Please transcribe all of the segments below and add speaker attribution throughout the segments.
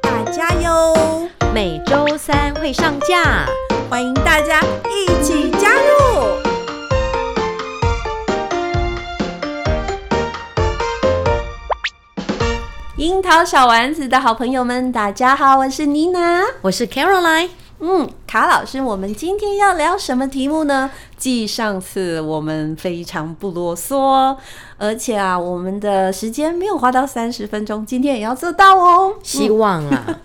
Speaker 1: 大家哟，
Speaker 2: 每周三会上架。
Speaker 1: 欢迎大家一起加入。樱桃小丸子的好朋友们，大家好，我是妮娜。
Speaker 2: 我是 Caroline，
Speaker 1: 嗯，卡老师，我们今天要聊什么题目呢？继上次我们非常不啰嗦，而且啊，我们的时间没有花到三十分钟，今天也要做到哦。
Speaker 2: 希望啦。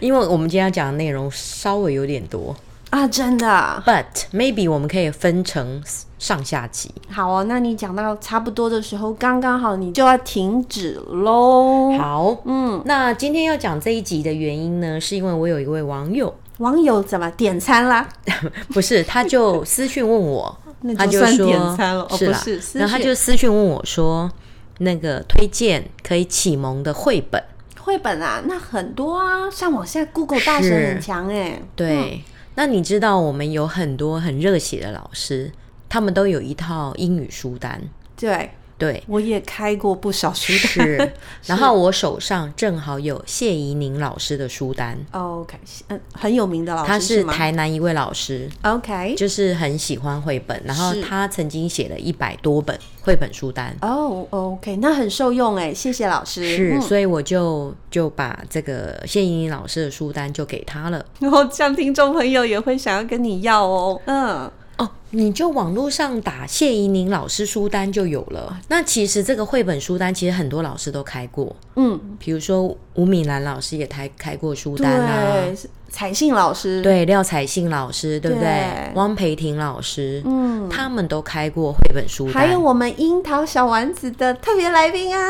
Speaker 2: 因为我们今天要讲的内容稍微有点多
Speaker 1: 啊，真的啊
Speaker 2: ，But maybe 我们可以分成上下集。
Speaker 1: 好哦。那你讲到差不多的时候，刚刚好你就要停止喽。
Speaker 2: 好，
Speaker 1: 嗯，
Speaker 2: 那今天要讲这一集的原因呢，是因为我有一位网友，
Speaker 1: 网友怎么点餐啦？
Speaker 2: 不是，他就私讯问 我
Speaker 1: 那，就
Speaker 2: 他就
Speaker 1: 算
Speaker 2: 说
Speaker 1: 点餐了哦
Speaker 2: 是啦
Speaker 1: 不是私
Speaker 2: 然后他
Speaker 1: 讯
Speaker 2: 就私讯问我说，那个推荐可以启蒙的绘本，
Speaker 1: 绘本啊，那很多啊，上网现在 Google 大神
Speaker 2: 是
Speaker 1: 很强哎、
Speaker 2: 对，那你知道我们有很多很热血的老师，他们都有一套英语书单，
Speaker 1: 对，。
Speaker 2: 对
Speaker 1: 我也开过不少书 单。
Speaker 2: 是，然后我手上正好有谢怡宁老师的书单，
Speaker 1: OK，嗯，很有名的老师
Speaker 2: 他是
Speaker 1: 吗
Speaker 2: 台南一位老师，
Speaker 1: OK，
Speaker 2: 就是很喜欢绘本，然后
Speaker 1: 是
Speaker 2: 他曾经写了一百多本绘本书单，
Speaker 1: 哦、o k 那很受用哎，谢谢老师。
Speaker 2: 是，
Speaker 1: 嗯
Speaker 2: 所以我就就把这个谢盈盈老师的书单就给他了。
Speaker 1: 然后这哦样听众朋友也会想要跟你要哦。嗯，
Speaker 2: 哦，你就网络上打谢怡宁老师书单就有
Speaker 1: 哦
Speaker 2: 了。那其实这个绘本书单，其实很多老师都开过，
Speaker 1: 嗯，
Speaker 2: 比如说吴敏兰老师也开开过书单啊，
Speaker 1: 对，彩信老师，，
Speaker 2: 对，廖彩杏老师，对不对？
Speaker 1: 对
Speaker 2: 汪培婷老师，
Speaker 1: 嗯，
Speaker 2: 他们都开过绘本书单。
Speaker 1: 还有我们樱桃小丸子的特别来宾啊，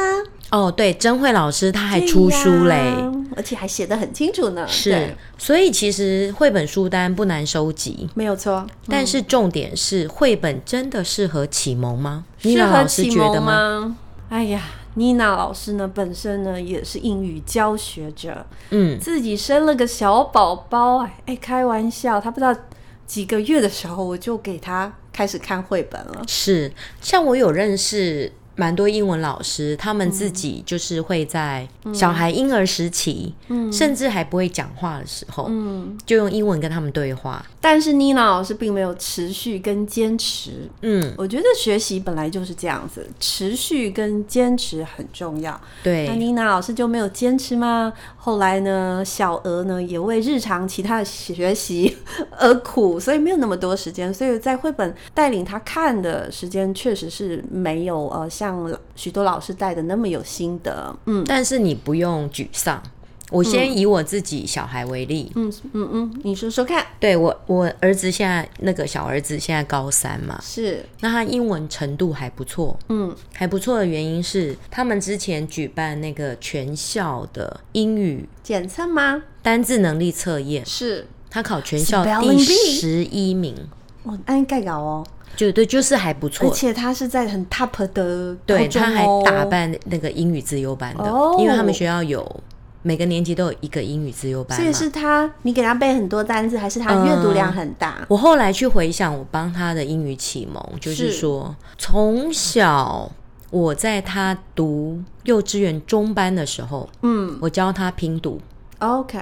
Speaker 1: 哎
Speaker 2: 哦，对，甄慧老师他还哎出书嘞。
Speaker 1: 对呀，而且还写的很清楚呢。
Speaker 2: 是
Speaker 1: 对，，
Speaker 2: 所以其实绘本书单不难收集，
Speaker 1: 没有错。
Speaker 2: 但是重点是，绘本真的适合启蒙吗？妮
Speaker 1: 适
Speaker 2: 娜
Speaker 1: 合
Speaker 2: 老师
Speaker 1: 启
Speaker 2: 觉得
Speaker 1: 蒙
Speaker 2: 吗？
Speaker 1: 吗？哎呀，妮娜老师呢，本身呢也是英语教学者，
Speaker 2: 嗯，
Speaker 1: 自己生了个小宝宝，哎哎，开玩笑，她不知道几个月的时候，我就给她开始看绘本了。
Speaker 2: 是。像我有认识蛮多英文老师，他们自己就是会在小孩婴儿时期，甚至还不会讲话的时候，
Speaker 1: 嗯，
Speaker 2: 就用英文跟他们对话。
Speaker 1: 但是妮娜老师并没有持续跟坚持。
Speaker 2: 嗯，
Speaker 1: 我觉得学习本来就是这样子，持续跟坚持很重要。那
Speaker 2: 对，
Speaker 1: 妮娜老师就没有坚持吗？后来呢，小娥呢也为日常其他的学习 而苦，所以没有那么多时间，所以在绘本带领他看的时间确实是没有呃像许多老师带的那么有心得。嗯
Speaker 2: 但是你不用沮丧。我先以我自己小孩为例，
Speaker 1: 嗯嗯嗯，你说说看，
Speaker 2: 对我我儿子现在那个小儿子现在高三嘛，
Speaker 1: 是
Speaker 2: 那他英文程度还不错，
Speaker 1: 嗯
Speaker 2: 还不错的原因是，他们之前举办那个全校的英语
Speaker 1: 检测吗？
Speaker 2: 单字能力测验，
Speaker 1: 是，
Speaker 2: 他考全校
Speaker 1: Spelling
Speaker 2: 第
Speaker 1: bee
Speaker 2: 十一名，
Speaker 1: 我按盖稿哦，
Speaker 2: 就对，就是还不
Speaker 1: 而
Speaker 2: 错。
Speaker 1: 且哦他是在很 top 的高
Speaker 2: 对，
Speaker 1: 中
Speaker 2: 他还
Speaker 1: 哦
Speaker 2: 打扮那个英语自由班的，
Speaker 1: 哦
Speaker 2: 因为他们学校有每个年级都有一个英语自由班
Speaker 1: 所以
Speaker 2: 嘛。
Speaker 1: 是他，你给他背很多单字，还是他阅读量很大？
Speaker 2: 我后来去回想我帮他的英语启蒙，就是
Speaker 1: 是
Speaker 2: 说从小我在他读幼稚园中班的时候，
Speaker 1: 嗯
Speaker 2: 我教他拼读。
Speaker 1: ，OK，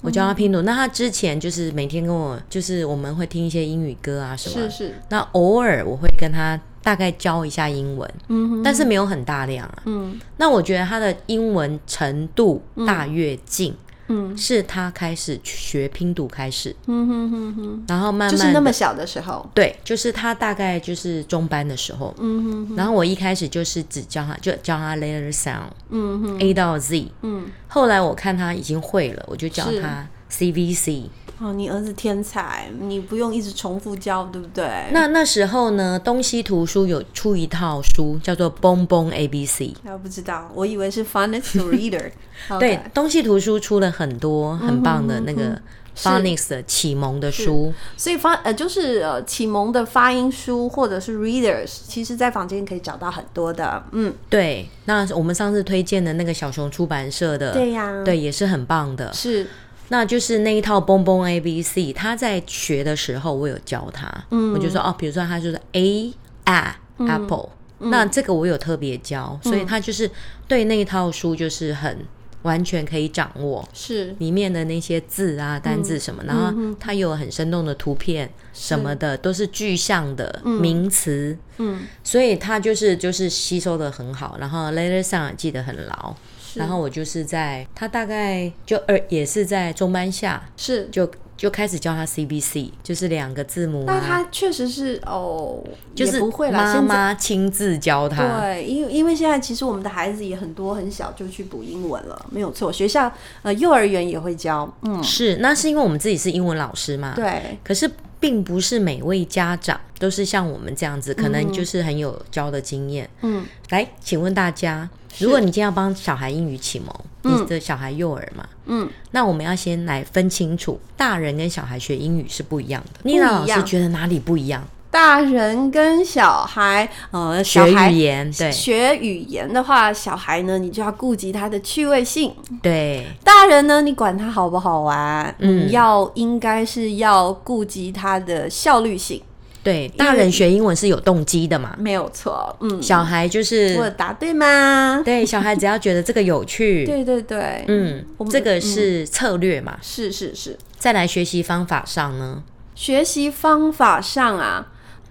Speaker 2: 我教他拼
Speaker 1: 嗯
Speaker 2: 读。那他之前就是每天跟我，就是我们会听一些英语歌啊什么
Speaker 1: 是
Speaker 2: 的。
Speaker 1: 是，
Speaker 2: 那偶尔我会跟他大概教一下英文，
Speaker 1: 嗯哼，
Speaker 2: 但是没有很大量啊。
Speaker 1: 嗯
Speaker 2: 那我觉得他的英文程度大跃进，
Speaker 1: 嗯
Speaker 2: 是他开始学拼读开始，
Speaker 1: 嗯哼哼哼，
Speaker 2: 然后慢慢
Speaker 1: 就
Speaker 2: 地
Speaker 1: 是那么小的时候，
Speaker 2: 对，就是他大概就是中班的时候。
Speaker 1: 嗯哼
Speaker 2: 然后我一开始就是只教他，就教他 letter sound
Speaker 1: 嗯哼
Speaker 2: A 到 Z，
Speaker 1: 嗯
Speaker 2: 后来我看他已经会了，我就教
Speaker 1: 是
Speaker 2: 他 CVC。
Speaker 1: 哦，你儿子天才，你不用一直重复教，对不对？
Speaker 2: 那那时候呢，东西图书有出一套书，叫做《蹦蹦 A B C》。
Speaker 1: 那不知道，我以为是 phonics reader 。
Speaker 2: 对，东西图书出了很多很棒的那
Speaker 1: 嗯
Speaker 2: 个 phonics 的启蒙的书。
Speaker 1: 所以发呃就是呃启蒙的发音书或者是 readers，其实在房间可以找到很多的。嗯，
Speaker 2: 对，那我们上次推荐的那个小熊出版社的，
Speaker 1: 对呀
Speaker 2: 对，也是很棒的。
Speaker 1: 是
Speaker 2: 那就是那一套蹦蹦 A B C，他在学的时候我有教他，
Speaker 1: 嗯
Speaker 2: 我就说哦，比如说他就是 A a apple，、那
Speaker 1: 嗯
Speaker 2: 这个我有特别教，所以他就是对那一套书就是很完全可以掌握
Speaker 1: 是，
Speaker 2: 里面的那些字啊、单
Speaker 1: 嗯
Speaker 2: 字什么，然后他有很生动的图片什么的，都是具象的名词，
Speaker 1: 嗯，
Speaker 2: 所以他就是就是吸收的很好，然后 letter 上也记得很牢。然后我就是在他大概就二也是在中班下
Speaker 1: 是。
Speaker 2: 就就开始教他 CBC，就是两个字母、啊。
Speaker 1: 那他确实是哦，
Speaker 2: 就
Speaker 1: 也
Speaker 2: 是
Speaker 1: 不会啦，
Speaker 2: 妈
Speaker 1: 现在。
Speaker 2: 妈亲自教他。
Speaker 1: 对，因为因为现在其实我们的孩子也很多，很小就去补英文了，没有错。学校呃，幼儿园也会教，嗯，
Speaker 2: 是，那是因为我们自己是英文老师嘛。。
Speaker 1: 对，
Speaker 2: 可是并不是每位家长都是像我们这样子，可能就是很有教的经验。
Speaker 1: 嗯，
Speaker 2: 来，请问大家，如果你今天要帮小孩英语启蒙，你的小孩幼儿嘛，
Speaker 1: 嗯，
Speaker 2: 那我们要先来分清楚，大人跟小孩学英语是不一样的。
Speaker 1: 一
Speaker 2: 妮
Speaker 1: 样
Speaker 2: 娜老师觉得哪里不一样？
Speaker 1: 大人跟小孩，呃，小
Speaker 2: 学
Speaker 1: 孩
Speaker 2: 语言，对
Speaker 1: 学语言的话，小孩呢，你就要顾及他的趣味性；
Speaker 2: 对，
Speaker 1: 大人呢，你管他好不好玩，嗯，要应该是要顾及他的效率性，
Speaker 2: 对，大人学英文是有动机的嘛，
Speaker 1: 没有错。嗯，
Speaker 2: 小孩
Speaker 1: 我
Speaker 2: 就
Speaker 1: 有
Speaker 2: 是
Speaker 1: 答对吗？
Speaker 2: 对小孩只要觉得这个有趣，
Speaker 1: 对对对，
Speaker 2: 嗯
Speaker 1: 我，们
Speaker 2: 这个是策略嘛。
Speaker 1: 是是是。
Speaker 2: 再来学习方法上呢，
Speaker 1: 学习方法上啊，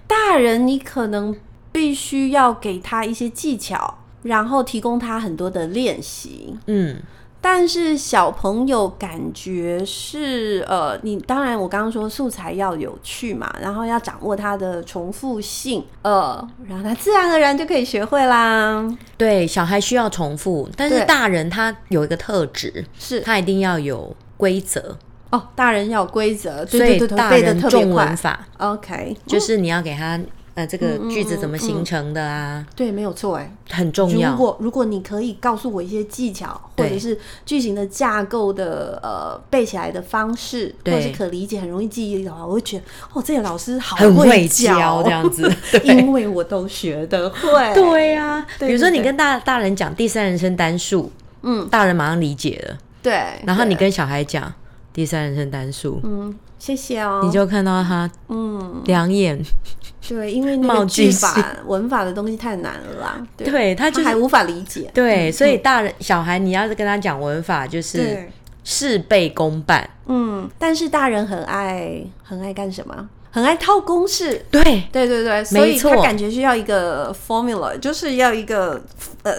Speaker 1: 大人你可能必须要给他一些技巧，然后提供他很多的练习。
Speaker 2: 嗯，
Speaker 1: 但是小朋友感觉是呃，你当然我刚刚说素材要有趣嘛，然后要掌握它的重复性，呃，然后他自然而然就可以学会啦。
Speaker 2: 对，小孩需要重复，但是
Speaker 1: 对
Speaker 2: 大人他有一个特质，
Speaker 1: 是
Speaker 2: 他一定要有规则，
Speaker 1: 哦，大人要有规则，对
Speaker 2: 所
Speaker 1: 对
Speaker 2: 以
Speaker 1: 对对，
Speaker 2: 大
Speaker 1: 背的
Speaker 2: 人
Speaker 1: 特别
Speaker 2: 重文
Speaker 1: 快。哦
Speaker 2: 法
Speaker 1: OK，
Speaker 2: 就是你要给他呃这
Speaker 1: 嗯
Speaker 2: 个句子怎么形成的啊，
Speaker 1: 对，没有错哎。
Speaker 2: 很重
Speaker 1: 如
Speaker 2: 要。
Speaker 1: 果如果你可以告诉我一些技巧，或
Speaker 2: 对
Speaker 1: 者是句型的架构的呃背起来的方式，或
Speaker 2: 对
Speaker 1: 者是可理解、很容易记忆的话，我会觉得哦，这个老师好
Speaker 2: 很
Speaker 1: 会
Speaker 2: 会教这样子 对
Speaker 1: 因为我都学得会。
Speaker 2: 对呀、
Speaker 1: 对
Speaker 2: 比如说
Speaker 1: 对
Speaker 2: 你
Speaker 1: 对
Speaker 2: 跟大大人讲第三人称单数，
Speaker 1: 嗯，
Speaker 2: 大人马上理解了，
Speaker 1: 对，
Speaker 2: 然后你
Speaker 1: 对
Speaker 2: 跟小孩讲第三人称单数，
Speaker 1: 嗯，谢谢哦，
Speaker 2: 你就看到他
Speaker 1: 嗯，
Speaker 2: 两眼，
Speaker 1: 对，因为那个
Speaker 2: 冒进
Speaker 1: 句
Speaker 2: 性
Speaker 1: 法文法的东西太难了啦，对，
Speaker 2: 对他就
Speaker 1: 他还
Speaker 2: 是
Speaker 1: 无法理解，
Speaker 2: 对，所以大人小孩你要是跟他讲文法，就
Speaker 1: 嗯
Speaker 2: 是
Speaker 1: 对，
Speaker 2: 事倍功半。
Speaker 1: 嗯，但是大人很爱很爱干什么？很爱套公式。
Speaker 2: 对，
Speaker 1: 对对对，所以他
Speaker 2: 错
Speaker 1: 感觉需要一个 formula，就是要一个呃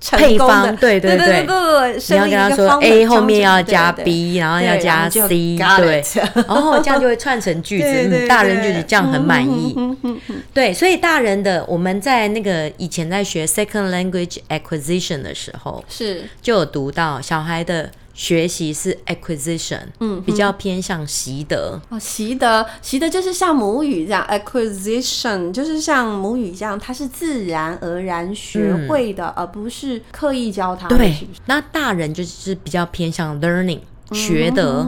Speaker 1: 成
Speaker 2: 配
Speaker 1: 功的
Speaker 2: 方，对
Speaker 1: 对
Speaker 2: 对
Speaker 1: 对对，
Speaker 2: 你要
Speaker 1: 设
Speaker 2: 跟
Speaker 1: 立
Speaker 2: 他
Speaker 1: 一
Speaker 2: 说
Speaker 1: 个方
Speaker 2: A
Speaker 1: 程
Speaker 2: 后面要
Speaker 1: 对
Speaker 2: 加
Speaker 1: 对
Speaker 2: B，然后
Speaker 1: 对
Speaker 2: 要
Speaker 1: 然
Speaker 2: 加
Speaker 1: 后就
Speaker 2: C，
Speaker 1: got
Speaker 2: 对
Speaker 1: it
Speaker 2: 然后这样就会串成句子，
Speaker 1: 对对
Speaker 2: 嗯，
Speaker 1: 对
Speaker 2: 大人就是这样很满意。
Speaker 1: 嗯哼哼哼哼
Speaker 2: 对，所以大人的我们在那个以前在学 second language acquisition 的时候，
Speaker 1: 是
Speaker 2: 就有读到小孩的学习是 acquisition，嗯，比较偏向习得。
Speaker 1: 哦，习得习得就是像母语这样，acquisition 就是像母语这样，它是自然而然学
Speaker 2: 嗯
Speaker 1: 会的，而不是刻意教他的，是不是？
Speaker 2: 那大人就是比较偏向 learning
Speaker 1: 嗯
Speaker 2: 学得，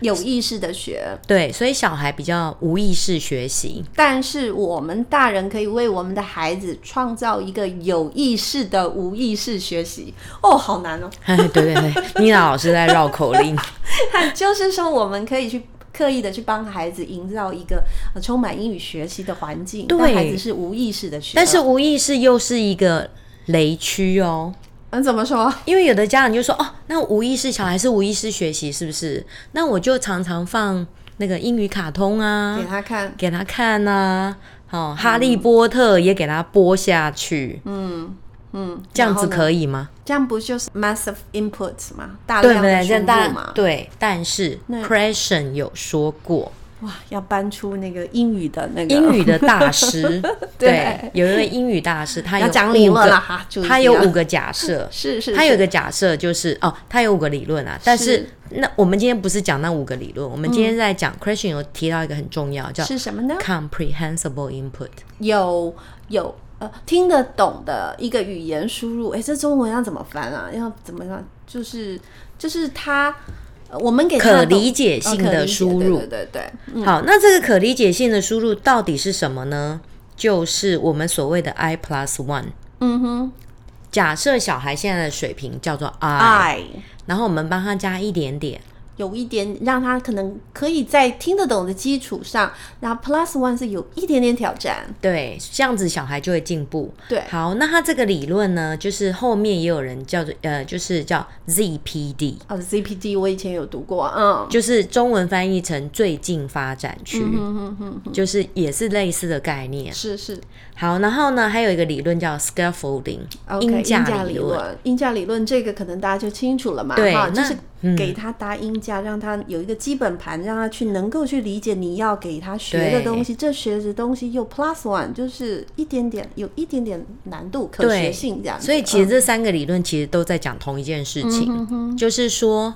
Speaker 1: 有意识的学，
Speaker 2: 对，所以小孩比较无意识学习。
Speaker 1: 但是我们大人可以为我们的孩子创造一个有意识的无意识学习。哦，好难哦！
Speaker 2: 哎，对对对，妮娜老师在绕口令。
Speaker 1: 就是说，我们可以去刻意的去帮孩子营造一个、呃、充满英语学习的环境，
Speaker 2: 对
Speaker 1: 让孩子是无意识的学。
Speaker 2: 但是，无意识又是一个雷区哦，
Speaker 1: 嗯，怎么说？
Speaker 2: 因为有的家长就说哦，那无意识小孩是无意识学习，是不是？那我就常常放那个英语卡通啊
Speaker 1: 给，他看，
Speaker 2: 给他看啊，哦，哈利波特也给他播下去，嗯嗯，这样子
Speaker 1: 然后呢
Speaker 2: 可以吗？
Speaker 1: 这样不就是 massive input 吗？大
Speaker 2: 对不
Speaker 1: 量
Speaker 2: 对？
Speaker 1: 的
Speaker 2: 这
Speaker 1: 输入
Speaker 2: 样大
Speaker 1: 嘛。
Speaker 2: 对，但是 Cresson 有说过，
Speaker 1: 哇，要搬出那个英语的那个，
Speaker 2: 英语的大师 对
Speaker 1: 对，
Speaker 2: 有一位英语大师，他
Speaker 1: 要
Speaker 2: 有
Speaker 1: 讲理
Speaker 2: 五
Speaker 1: 论
Speaker 2: 个
Speaker 1: 了哈，注意
Speaker 2: 他有
Speaker 1: 啊，
Speaker 2: 五个假设
Speaker 1: 是是，
Speaker 2: 他有
Speaker 1: 是
Speaker 2: 一个假设就是哦，他有五个理论啊，但是
Speaker 1: 是嗯
Speaker 2: 那我们今天不是讲那五个理论，我们今天在讲 Christian 有提到一个很重要叫
Speaker 1: 是什么呢？
Speaker 2: comprehensible input，
Speaker 1: 有有呃听得懂的一个语言输入，哎，这中文要怎么翻啊？要怎么样？就是就是他，呃我们给它
Speaker 2: 可
Speaker 1: 懂
Speaker 2: 理解
Speaker 1: 呃
Speaker 2: 性
Speaker 1: 可
Speaker 2: 的
Speaker 1: 理解
Speaker 2: 输入
Speaker 1: 对对对对，
Speaker 2: 好，那这个可理解性的输入到底是什么呢？就是我们所谓的 I plus one。
Speaker 1: 嗯哼
Speaker 2: 假设小孩现在的水平叫做 I，
Speaker 1: ，I
Speaker 2: 然后我们帮他加一点点，
Speaker 1: 有一点让他可能可以在听得懂的基础上，然后 Plus One 是有一点点挑战，
Speaker 2: 对，这样子小孩就会进步。
Speaker 1: 对
Speaker 2: 好，那他这个理论呢，就是后面也有人叫做呃，就是叫 ZPD，
Speaker 1: 哦，CPD 我以前有读过，嗯，
Speaker 2: 就是中文翻译成最近发展区，
Speaker 1: 嗯哼哼哼，
Speaker 2: 就是也是类似的概念。
Speaker 1: 是是
Speaker 2: 好，然后呢，还有一个理论叫 scaffolding，
Speaker 1: ，OK，
Speaker 2: 鹰架
Speaker 1: 架
Speaker 2: 理论。
Speaker 1: 论，鹰架理论这个可能大家就清楚了嘛，
Speaker 2: 对
Speaker 1: 哈，就
Speaker 2: 那嗯
Speaker 1: 是给他搭鹰架，让他有一个基本盘，让他去能够去理解你要给他学的
Speaker 2: 对
Speaker 1: 东西，这学的东西又 Plus One，就是一点点有一点点难度可
Speaker 2: 对
Speaker 1: 学性这样子，
Speaker 2: 所以其实
Speaker 1: 嗯
Speaker 2: 这三个理论其实都在讲同一件事情，就是说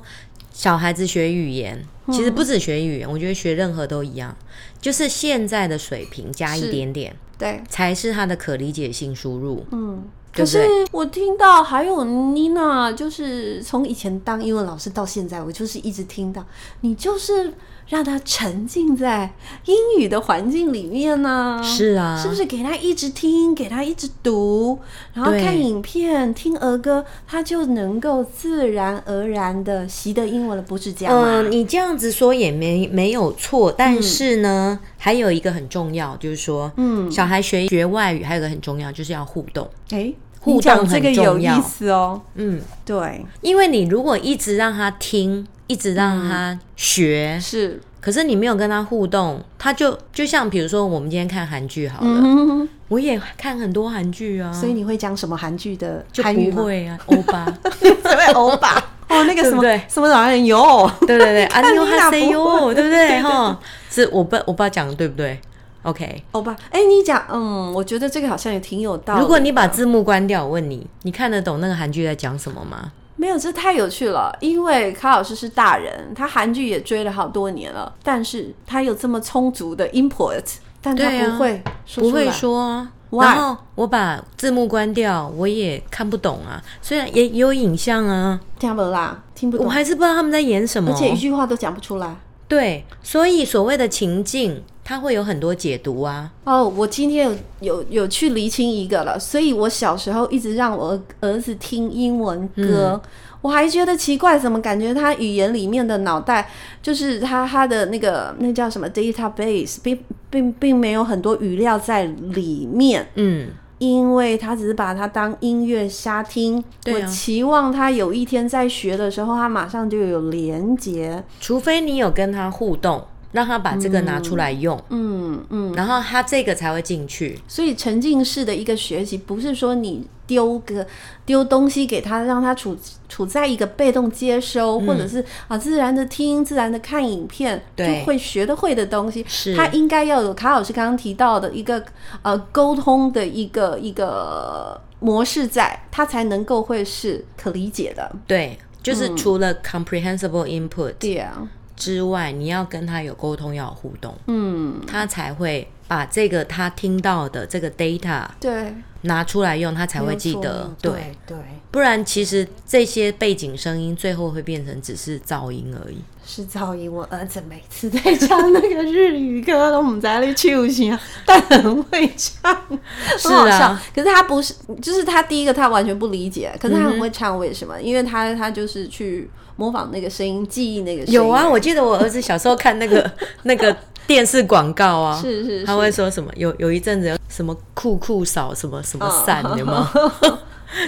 Speaker 2: 小孩子学语言，
Speaker 1: 嗯
Speaker 2: 其实不止学语言，我觉得学任何都一样，就是现在的水平加
Speaker 1: 是
Speaker 2: 一点点
Speaker 1: 对。
Speaker 2: 才是他的可理解性输入。
Speaker 1: 嗯，
Speaker 2: 对
Speaker 1: 可
Speaker 2: 不
Speaker 1: 是
Speaker 2: 对
Speaker 1: 我听到还有妮娜，就是从以前当英文老师到现在，我就是一直听到你就是让他沉浸在英语的环境里面呢、
Speaker 2: 是啊，
Speaker 1: 是不是给他一直听，给他一直读，然后
Speaker 2: 对
Speaker 1: 看影片、听儿歌，他就能够自然而然的习得英文了，不是这样吗？
Speaker 2: 嗯，你这样子说也没没有错，但是呢，
Speaker 1: 嗯
Speaker 2: 还有一个很重要，就是说，嗯，小孩学学外语还有一个很重要，就是要互动。
Speaker 1: 哎、
Speaker 2: 互
Speaker 1: 你讲
Speaker 2: 动
Speaker 1: 这
Speaker 2: 很
Speaker 1: 个有
Speaker 2: 重要
Speaker 1: 意思哦。
Speaker 2: 嗯，
Speaker 1: 对，
Speaker 2: 因为你如果一直让他听，一直让他学，
Speaker 1: 是，
Speaker 2: 可是你没有跟他互动，他就就像比如说我们今天看韩剧好了，
Speaker 1: 嗯，
Speaker 2: 我也看很多韩剧啊，
Speaker 1: 所以你会讲什么韩剧的
Speaker 2: 就
Speaker 1: 韩语吗
Speaker 2: 不？会啊，欧巴，
Speaker 1: 所谓 欧巴哦，那个什么
Speaker 2: 对不对
Speaker 1: 什么老人有，
Speaker 2: 对对啊对，安 妞
Speaker 1: 你俩
Speaker 2: 哈
Speaker 1: 不会
Speaker 2: 塞哟，对不对哈？是我不我不知道讲的对不对？OK，
Speaker 1: 欧巴，哎，你讲，嗯，我觉得这个好像也挺有道理。
Speaker 2: 如果你把字幕关掉，我问你，你看得懂那个韩剧在讲什么吗？
Speaker 1: 没有，这太有趣了，因为卡老师是大人，他韩剧也追了好多年了，但是他有这么充足的 import，但他
Speaker 2: 对啊
Speaker 1: 不会说
Speaker 2: 不
Speaker 1: 出来
Speaker 2: 会说啊。
Speaker 1: Why？
Speaker 2: 然后我把字幕关掉，我也看不懂啊。虽然也也有影像啊，
Speaker 1: 听不啦，听不
Speaker 2: 我
Speaker 1: 懂，
Speaker 2: 还是不知道他们在演什么。
Speaker 1: 而且一句话都讲不出来。
Speaker 2: 对，所以所谓的情境，它会有很多解读啊。
Speaker 1: 哦，我今天有有有去厘清一个了，所以我小时候一直让我儿儿子听英文歌，
Speaker 2: 嗯
Speaker 1: 我还觉得奇怪，怎么感觉他语言里面的脑袋就是他他的那个那叫什么 database，并并并没有很多语料在里面，
Speaker 2: 嗯，
Speaker 1: 因为他只是把它当音乐瞎听。
Speaker 2: 对啊
Speaker 1: 我期望他有一天在学的时候，他马上就有连结。
Speaker 2: 除非你有跟他互动，让他把这个拿出来用，
Speaker 1: 嗯嗯。
Speaker 2: 然后他这个才会进去。
Speaker 1: 所以沉浸式的一个学习，不是说你丢个丢东西给他，让他处处在一个被动接收，
Speaker 2: 嗯
Speaker 1: 或者是啊自然的听、自然的看影片，就
Speaker 2: 对
Speaker 1: 会学得会的东西。
Speaker 2: 是
Speaker 1: 他应该要有卡老师刚刚提到的一个呃沟通的一个一个模式在，他才能够会是可理解的。
Speaker 2: 对，
Speaker 1: 嗯
Speaker 2: 就是除了 comprehensible input
Speaker 1: 对啊，
Speaker 2: 之外，你要跟他有沟通，要有互动，
Speaker 1: 嗯，
Speaker 2: 他才会把这个他听到的这个 data
Speaker 1: 对，
Speaker 2: 拿出来用，他才会记
Speaker 1: 没有
Speaker 2: 得
Speaker 1: 错。
Speaker 2: 对，
Speaker 1: 对对，
Speaker 2: 不然其实这些背景声音最后会变成只是噪音而已。
Speaker 1: 是噪音，我儿子每次在唱那个日语歌，都们在那唱一啊，但很会唱，很好
Speaker 2: 是啊
Speaker 1: 笑。可是他不是，就是他第一个他完全不理解，可是他
Speaker 2: 嗯
Speaker 1: 很会唱，为什么？因为他他就是去模仿那个声音，记忆那个声音。
Speaker 2: 有啊，，我记得我儿子小时候看 那个那个电视广告啊，
Speaker 1: 是是是
Speaker 2: 他会说什么？有有一阵子有什么酷酷嫂什么什么散，
Speaker 1: 嗯
Speaker 2: 有吗？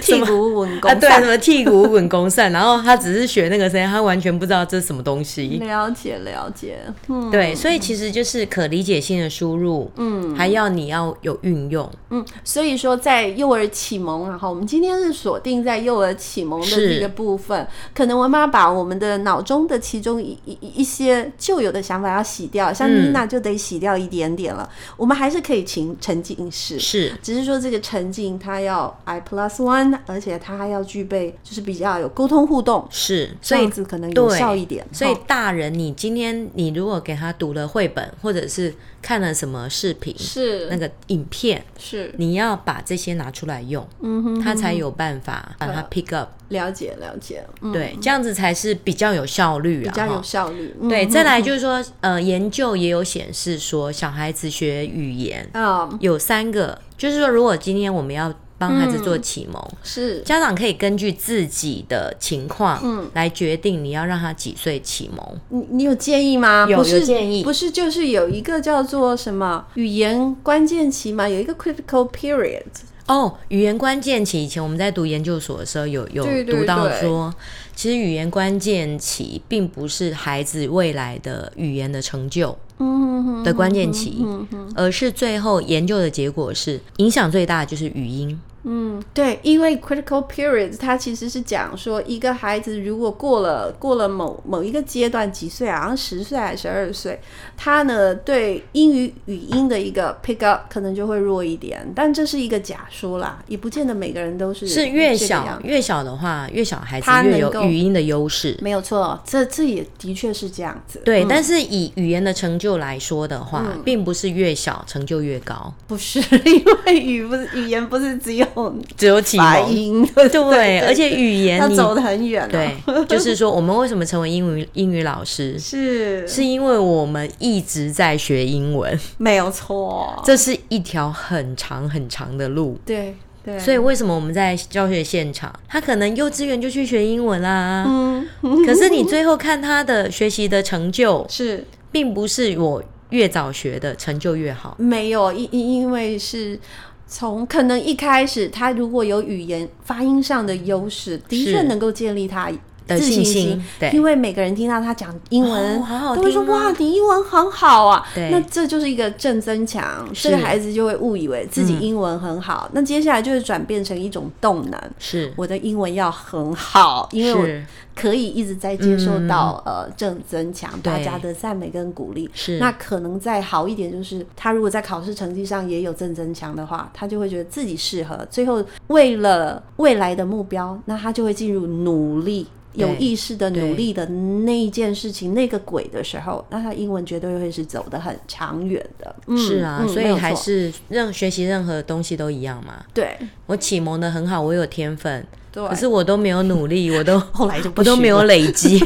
Speaker 1: 屁股稳
Speaker 2: 啊，
Speaker 1: 功
Speaker 2: 对，什
Speaker 1: 散。
Speaker 2: 么剔骨滚弓扇，然后他只是学那个声音，他完全不知道这是什么东西。
Speaker 1: 了解了解，嗯
Speaker 2: 对，所以其实就是可理解性的输入，嗯，还要你要有运用，
Speaker 1: 嗯，所以说在幼儿启蒙，然后我们今天是锁定在幼儿启蒙的
Speaker 2: 是
Speaker 1: 这个部分，可能我们要把我们的脑中的其中一一一一些旧有的想法要洗掉，像
Speaker 2: 嗯
Speaker 1: 妮娜就得洗掉一点点了，我们还是可以情沉浸式，
Speaker 2: 是
Speaker 1: 只是说这个沉浸它要 I plus one，而且它还要具备就是比较有沟通互动，
Speaker 2: 是，
Speaker 1: 这
Speaker 2: 所以
Speaker 1: 样子可能有
Speaker 2: 对
Speaker 1: 效一点。
Speaker 2: 所以
Speaker 1: 哈
Speaker 2: 大人，你今天你如果给他读了绘本，或者是看了什么视频，
Speaker 1: 是
Speaker 2: 那个影片，
Speaker 1: 是
Speaker 2: 你要把这些拿出来用，
Speaker 1: 嗯哼，
Speaker 2: 他才有办法把它 pick up，
Speaker 1: 了解了解，嗯，
Speaker 2: 对，这样子才是比较有效率啊，
Speaker 1: 比较有
Speaker 2: 哈
Speaker 1: 效率。
Speaker 2: 对，
Speaker 1: 嗯
Speaker 2: 再来就是说，呃，研究也有显示说，小孩子学语言
Speaker 1: 啊，
Speaker 2: 有三个，就是说，如果今天我们要帮孩子做
Speaker 1: 嗯
Speaker 2: 启蒙，
Speaker 1: 是
Speaker 2: 家长可以根据自己的情况，
Speaker 1: 嗯
Speaker 2: 来决定你要让他几岁启蒙。
Speaker 1: 你你有建议吗？
Speaker 2: 有
Speaker 1: 不是
Speaker 2: 有建议
Speaker 1: 不是就是有一个叫做什么语言关键期嘛，有一个 critical period，
Speaker 2: 哦，语言关键期，以前我们在读研究所的时候有有
Speaker 1: 对对
Speaker 2: 读到
Speaker 1: 对
Speaker 2: 说，其实语言关键期并不是孩子未来的语言的成就
Speaker 1: 嗯哼
Speaker 2: 的关键期，
Speaker 1: 嗯哼
Speaker 2: 而是最后研究的结果是影响最大的就是语音。
Speaker 1: 嗯，对，因为 critical period 它其实是讲说一个孩子如果过了过了某某一个阶段几岁啊，好像十岁还是十二岁，他呢对英语语音的一个 pick up 可能就会弱一点，但这是一个假说啦，也不见得每个人都是
Speaker 2: 是越
Speaker 1: 这个
Speaker 2: 小
Speaker 1: 样子
Speaker 2: 越小的话，越小孩子
Speaker 1: 他
Speaker 2: 越
Speaker 1: 能
Speaker 2: 有
Speaker 1: 够
Speaker 2: 语音的优势。
Speaker 1: 没有错，这这也的确是这样子，
Speaker 2: 对，
Speaker 1: 嗯
Speaker 2: 但是以语言的成就来说的话，并不是越小成就越高，
Speaker 1: 不是 因为语不是语言不是只有
Speaker 2: 只有启
Speaker 1: 发
Speaker 2: 蒙。
Speaker 1: 音，对
Speaker 2: 对，而且
Speaker 1: 要
Speaker 2: 语言你
Speaker 1: 走得很远、啊，
Speaker 2: 对，就是说我们为什么成为英语英语老 师，
Speaker 1: 是
Speaker 2: 是因为我们一直在学英文，
Speaker 1: 没有错，
Speaker 2: 这是一条很长很长的路。
Speaker 1: 对对，
Speaker 2: 所以为什么我们在教学现场，他可能幼稚园就去学英文啦，
Speaker 1: 嗯
Speaker 2: 可是你最后看他的学习的成就，
Speaker 1: 是
Speaker 2: 并不是我越早学的成就越好。
Speaker 1: 没有，因因因为是从可能一开始，他如果有语言发音上的优势，的
Speaker 2: 是
Speaker 1: 确能够建立他
Speaker 2: 的
Speaker 1: 自
Speaker 2: 信
Speaker 1: 信
Speaker 2: 心对
Speaker 1: 因为每个人听到他讲英文，
Speaker 2: 哦好好
Speaker 1: 都会说
Speaker 2: 听哦
Speaker 1: 哇，你英文很好啊。
Speaker 2: 对
Speaker 1: 那这就是一个正增强，
Speaker 2: 是嗯
Speaker 1: 这个孩子就会误以为自己英文很好，那接下来就会转变成一种动能。
Speaker 2: 是，
Speaker 1: 我的英文要很好，因为我
Speaker 2: 是
Speaker 1: 可以一直在接受
Speaker 2: 嗯
Speaker 1: 到、呃正增强
Speaker 2: 对
Speaker 1: 大家的赞美跟鼓励。
Speaker 2: 是
Speaker 1: 那可能再好一点，就是他如果在考试成绩上也有正增强的话，他就会觉得自己适合。最后为了未来的目标，那他就会进入努力。
Speaker 2: 对
Speaker 1: 有意识的
Speaker 2: 对
Speaker 1: 努力的那一件事情，那个轨的时候，那他英文绝对会是走得很长远的。嗯、
Speaker 2: 是啊，
Speaker 1: 嗯
Speaker 2: 所
Speaker 1: 没
Speaker 2: 以
Speaker 1: 有错
Speaker 2: 还是任学习任何东西都一样嘛。
Speaker 1: 对
Speaker 2: 我启蒙的很好，我有天分，
Speaker 1: 对。
Speaker 2: 可是我都没有努力，我都
Speaker 1: 后来就不
Speaker 2: 我都
Speaker 1: 学
Speaker 2: 没有
Speaker 1: 了
Speaker 2: 累积，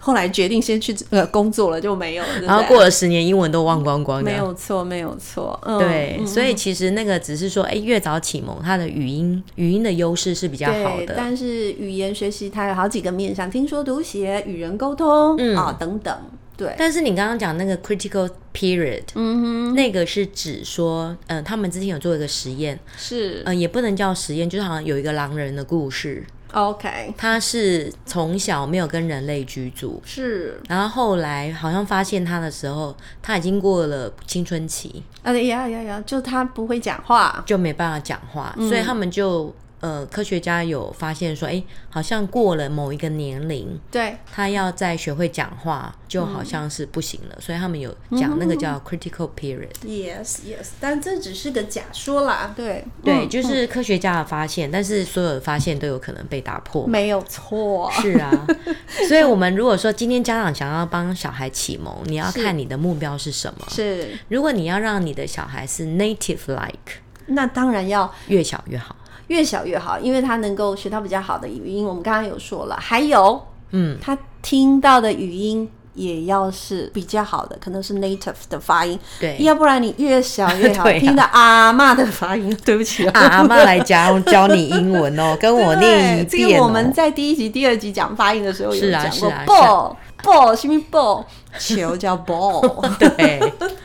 Speaker 1: 后来决定先去呃工作了，就没有了。对不
Speaker 2: 然后
Speaker 1: 对
Speaker 2: 过了十年，英文都忘光光的。
Speaker 1: 没有错，没有错。嗯，
Speaker 2: 对，
Speaker 1: 嗯
Speaker 2: 所以其实那个只是说，哎、越早启蒙，它的语音语音的优势是比较好
Speaker 1: 对，
Speaker 2: 的。
Speaker 1: 但是语言学习它有好几个面向，听说读写、与人沟通，
Speaker 2: 嗯
Speaker 1: 啊、等等，对，
Speaker 2: 但是你刚刚讲那个 critical period，、
Speaker 1: 嗯哼，
Speaker 2: 那个是指说，嗯、他们之前有做一个实验，
Speaker 1: 是、
Speaker 2: 嗯、也不能叫实验，就是好像有一个狼人的故事，
Speaker 1: OK，
Speaker 2: 他是从小没有跟人类居住，
Speaker 1: 是，
Speaker 2: 然后后来好像发现他的时候，他已经过了青春期，
Speaker 1: 啊呀呀呀，就他不会讲话，
Speaker 2: 就没办法讲话，所以他们就呃，科学家有发现说，哎、好像过了某一个年龄，
Speaker 1: 对，
Speaker 2: 他要再学会讲话，就好像是不行了，所以他们有讲那个叫 critical period。
Speaker 1: Yes, yes，但这只是个假说啦，对，
Speaker 2: 对，
Speaker 1: 嗯
Speaker 2: 就是科学家的发现，但是所有的发现都有可能被打破。
Speaker 1: 嗯没有错，
Speaker 2: 是啊，嗯 所以我们如果说今天家长想要帮小孩启蒙，你要
Speaker 1: 是
Speaker 2: 看你的目标是什么。
Speaker 1: 是，
Speaker 2: 如果你要让你的小孩是 native like，
Speaker 1: 那当然要
Speaker 2: 越小越好。
Speaker 1: 越小越好，因为他能够学到比较好的语音。我们刚刚有说了，还有，
Speaker 2: 嗯，
Speaker 1: 他听到的语音也要是比较好的，可能是 native 的发音，
Speaker 2: 对，
Speaker 1: 要不然你越小越好，
Speaker 2: 对啊
Speaker 1: 听到阿嬷的发音，对不起
Speaker 2: 啊，阿妈来教教你英 文哦，跟我念一
Speaker 1: 对这
Speaker 2: 遍、
Speaker 1: 个
Speaker 2: 哦。
Speaker 1: 我们在第一集、第二集讲发音的时候有
Speaker 2: 是啊
Speaker 1: 讲过
Speaker 2: 是啊是
Speaker 1: ，ball ball 什么 ball，球叫 ball，
Speaker 2: 对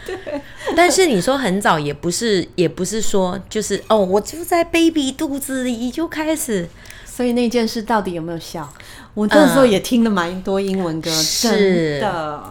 Speaker 2: 对，但是你说很早也不是，也不是说就是哦，我就在 baby 肚子里就开始，
Speaker 1: 所以那件事到底有没有效？我那时候也听了蛮多英文歌，
Speaker 2: 嗯是
Speaker 1: 真的。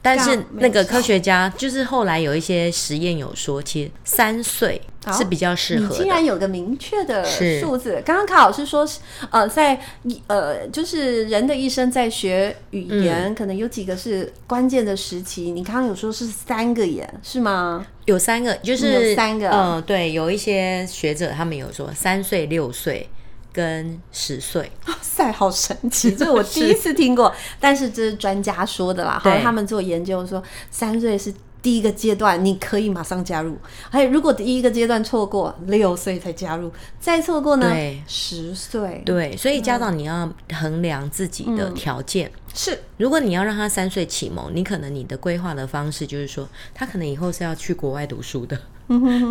Speaker 2: 但是那个科
Speaker 1: 学
Speaker 2: 学家就是后来有一些实验有说，其实三岁是比较适
Speaker 1: 你
Speaker 2: 合
Speaker 1: 竟
Speaker 2: 的。
Speaker 1: 然有个明确的
Speaker 2: 是
Speaker 1: 数字。刚刚卡老师说，呃，在一呃，就是人的一生在学语言，
Speaker 2: 嗯
Speaker 1: 可能有几个是关键的时期。你刚刚有说是三个耶，是 吗？
Speaker 2: 有三个，就
Speaker 1: 嗯
Speaker 2: 是
Speaker 1: 有三个
Speaker 2: 嗯、对，有一些学者他们有说三岁、六岁跟十岁，
Speaker 1: 哇塞，好神奇！这我第一次听 过，但是这是专家说的啦。
Speaker 2: 对
Speaker 1: 哈，他们做研究说，三岁是第一个阶段，你可以马上加入。还有，如果第一个阶段错过，六岁才加入，再错过呢
Speaker 2: 对，
Speaker 1: 十岁。，
Speaker 2: 对，所以家
Speaker 1: 嗯
Speaker 2: 长你要衡量自己的条件。
Speaker 1: 是
Speaker 2: 如果你要让他三岁启蒙，你可能你的规划的方式就是说，他可能以后是要去国外读书 的，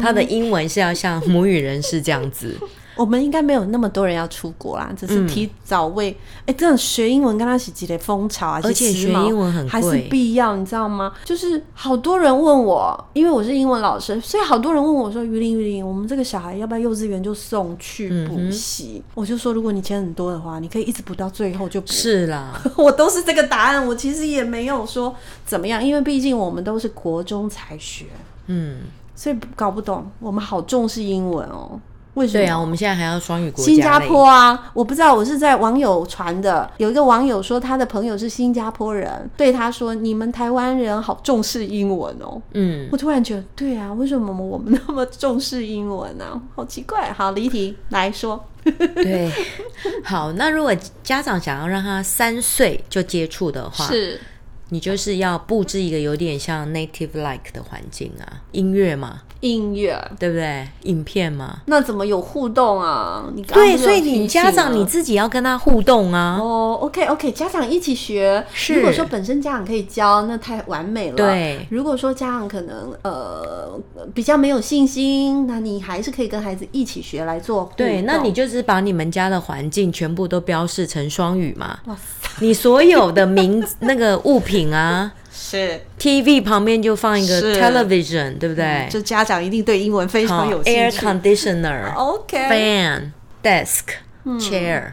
Speaker 2: 他的英文是要像母语人士这样 子。
Speaker 1: 我们应该没有那么多人要出国啦，只
Speaker 2: 嗯
Speaker 1: 是提早为哎、这种学英文跟他一起积累风潮啊，
Speaker 2: 而且
Speaker 1: 是时
Speaker 2: 学
Speaker 1: 髦
Speaker 2: 英文很贵
Speaker 1: 还是必要，你知道吗？就是好多人问我，因为我是英文老师，所以好多人问我说：“于林于林，我们这个小孩要不要幼稚园就送去补习？”
Speaker 2: 嗯
Speaker 1: 我就说，如果你钱很多的话，你可以一直补到最后就补。
Speaker 2: 是啦，
Speaker 1: 我都是这个答案，我其实也没有说怎么样，因为毕竟我们都是国中才学，
Speaker 2: 嗯，
Speaker 1: 所以搞不懂我们好重视英文哦。为什么？
Speaker 2: 对啊，我们现在还要双语国家嘞
Speaker 1: 新加坡啊，我不知道，我是在网友传的。有一个网友说，他的朋友是新加坡人，对他说：“你们台湾人好重视英文哦。”
Speaker 2: 嗯，
Speaker 1: 我突然觉得，对啊，为什么我们那么重视英文呢、啊？好奇怪。好，离题来说，
Speaker 2: 对， 好，那如果家长想要让他三岁就接触的话，
Speaker 1: 是
Speaker 2: 你就是要布置一个有点像 native like 的环境啊，音乐嘛，
Speaker 1: 音乐，
Speaker 2: 对不对？影片嘛，
Speaker 1: 那怎么有互动啊？你刚刚
Speaker 2: 对，
Speaker 1: 不是
Speaker 2: 所以
Speaker 1: 有提
Speaker 2: 你家
Speaker 1: 醒啊
Speaker 2: 长
Speaker 1: 吗
Speaker 2: 你自己要跟他互动啊。
Speaker 1: 哦，OK，OK、o k OK，家长一起学。
Speaker 2: 是
Speaker 1: 如果说本身家长可以教，那太完美了。
Speaker 2: 对
Speaker 1: 如果说家长可能呃比较没有信心，那你还是可以跟孩子一起学来做互动。
Speaker 2: 对，那你就是把你们家的环境全部都标示成双语嘛？
Speaker 1: 哇塞，
Speaker 2: 你所有的名那个物品啊
Speaker 1: 是
Speaker 2: ，TV 旁边就放一个
Speaker 1: 是
Speaker 2: television，对不对？
Speaker 1: 就家长一定对英文非常
Speaker 2: 好
Speaker 1: 有兴
Speaker 2: ，air
Speaker 1: 趣。
Speaker 2: conditioner、
Speaker 1: OK，
Speaker 2: fan、desk、chair、